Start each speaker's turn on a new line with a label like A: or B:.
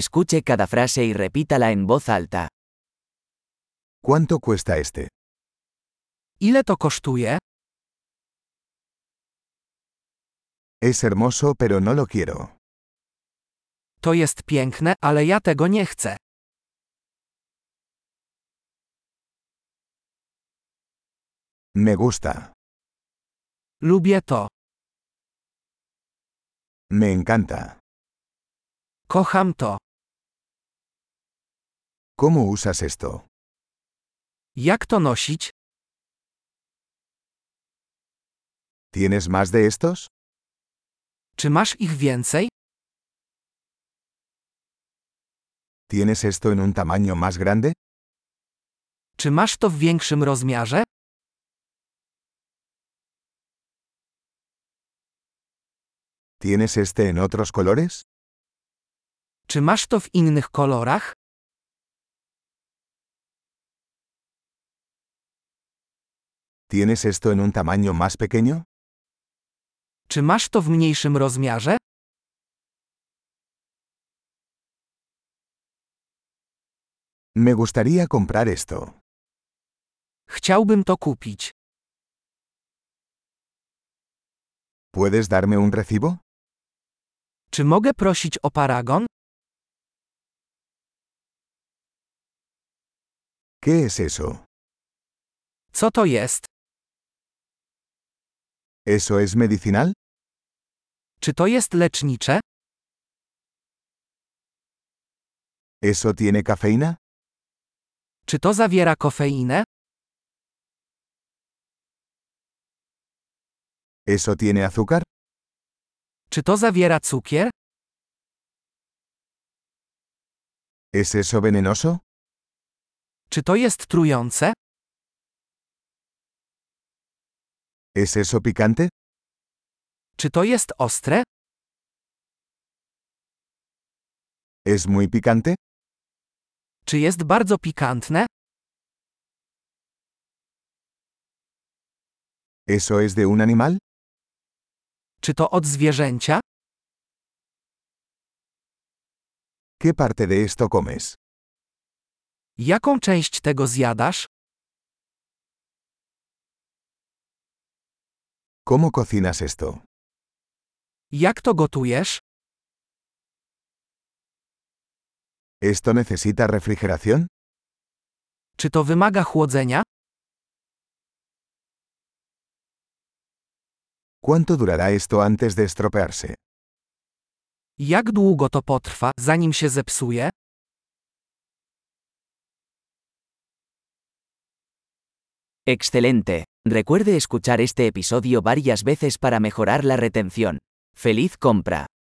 A: Escuche cada frase y repítala en voz alta.
B: ¿Cuánto cuesta este?
C: Ile to kosztuje?
B: Es hermoso pero no lo quiero.
C: To jest piękne, ale ja tego nie chcę.
B: Me gusta.
C: Lubię to.
B: Me encanta.
C: Kocham to.
B: ¿Cómo usas esto?
C: Jak to nosić?
B: ¿Tienes más de estos?
C: Czy masz ich więcej?
B: ¿Tienes esto en un tamaño más grande?
C: Czy masz to w większym rozmiarze?
B: ¿Tienes este en otros colores?
C: Czy masz to w innych kolorach?
B: ¿Tienes esto en un tamaño más pequeño?
C: Czy masz to w mniejszym rozmiarze?
B: Me gustaría comprar esto.
C: Chciałbym to kupić.
B: ¿Puedes darme un recibo?
C: Czy mogę prosić o paragon?
B: ¿Qué es eso?
C: Co to jest?
B: ¿Eso es medicinal?
C: Czy to jest lecznicze?
B: ¿Eso tiene cafeína?
C: Czy to zawiera kofeinę?
B: ¿Eso tiene azúcar?
C: Czy to zawiera cukier?
B: ¿Es eso venenoso?
C: Czy to jest trujące?
B: ¿Es eso picante?
C: Czy to jest ostre?
B: ¿Es muy picante?
C: Czy jest bardzo pikantne?
B: ¿Eso es de un animal?
C: Czy to od zwierzęcia?
B: ¿Qué parte de esto comes?
C: Jaką część tego zjadasz?
B: ¿Cómo cocinas esto?
C: Jak to gotujesz?
B: ¿Esto necesita refrigeración?
C: Czy to wymaga chłodzenia?
B: ¿Cuánto durará esto antes de estropearse?
C: Jak długo to potrwa, zanim się zepsuje?
A: Excelente. Recuerde escuchar este episodio varias veces para mejorar la retención. ¡Feliz compra!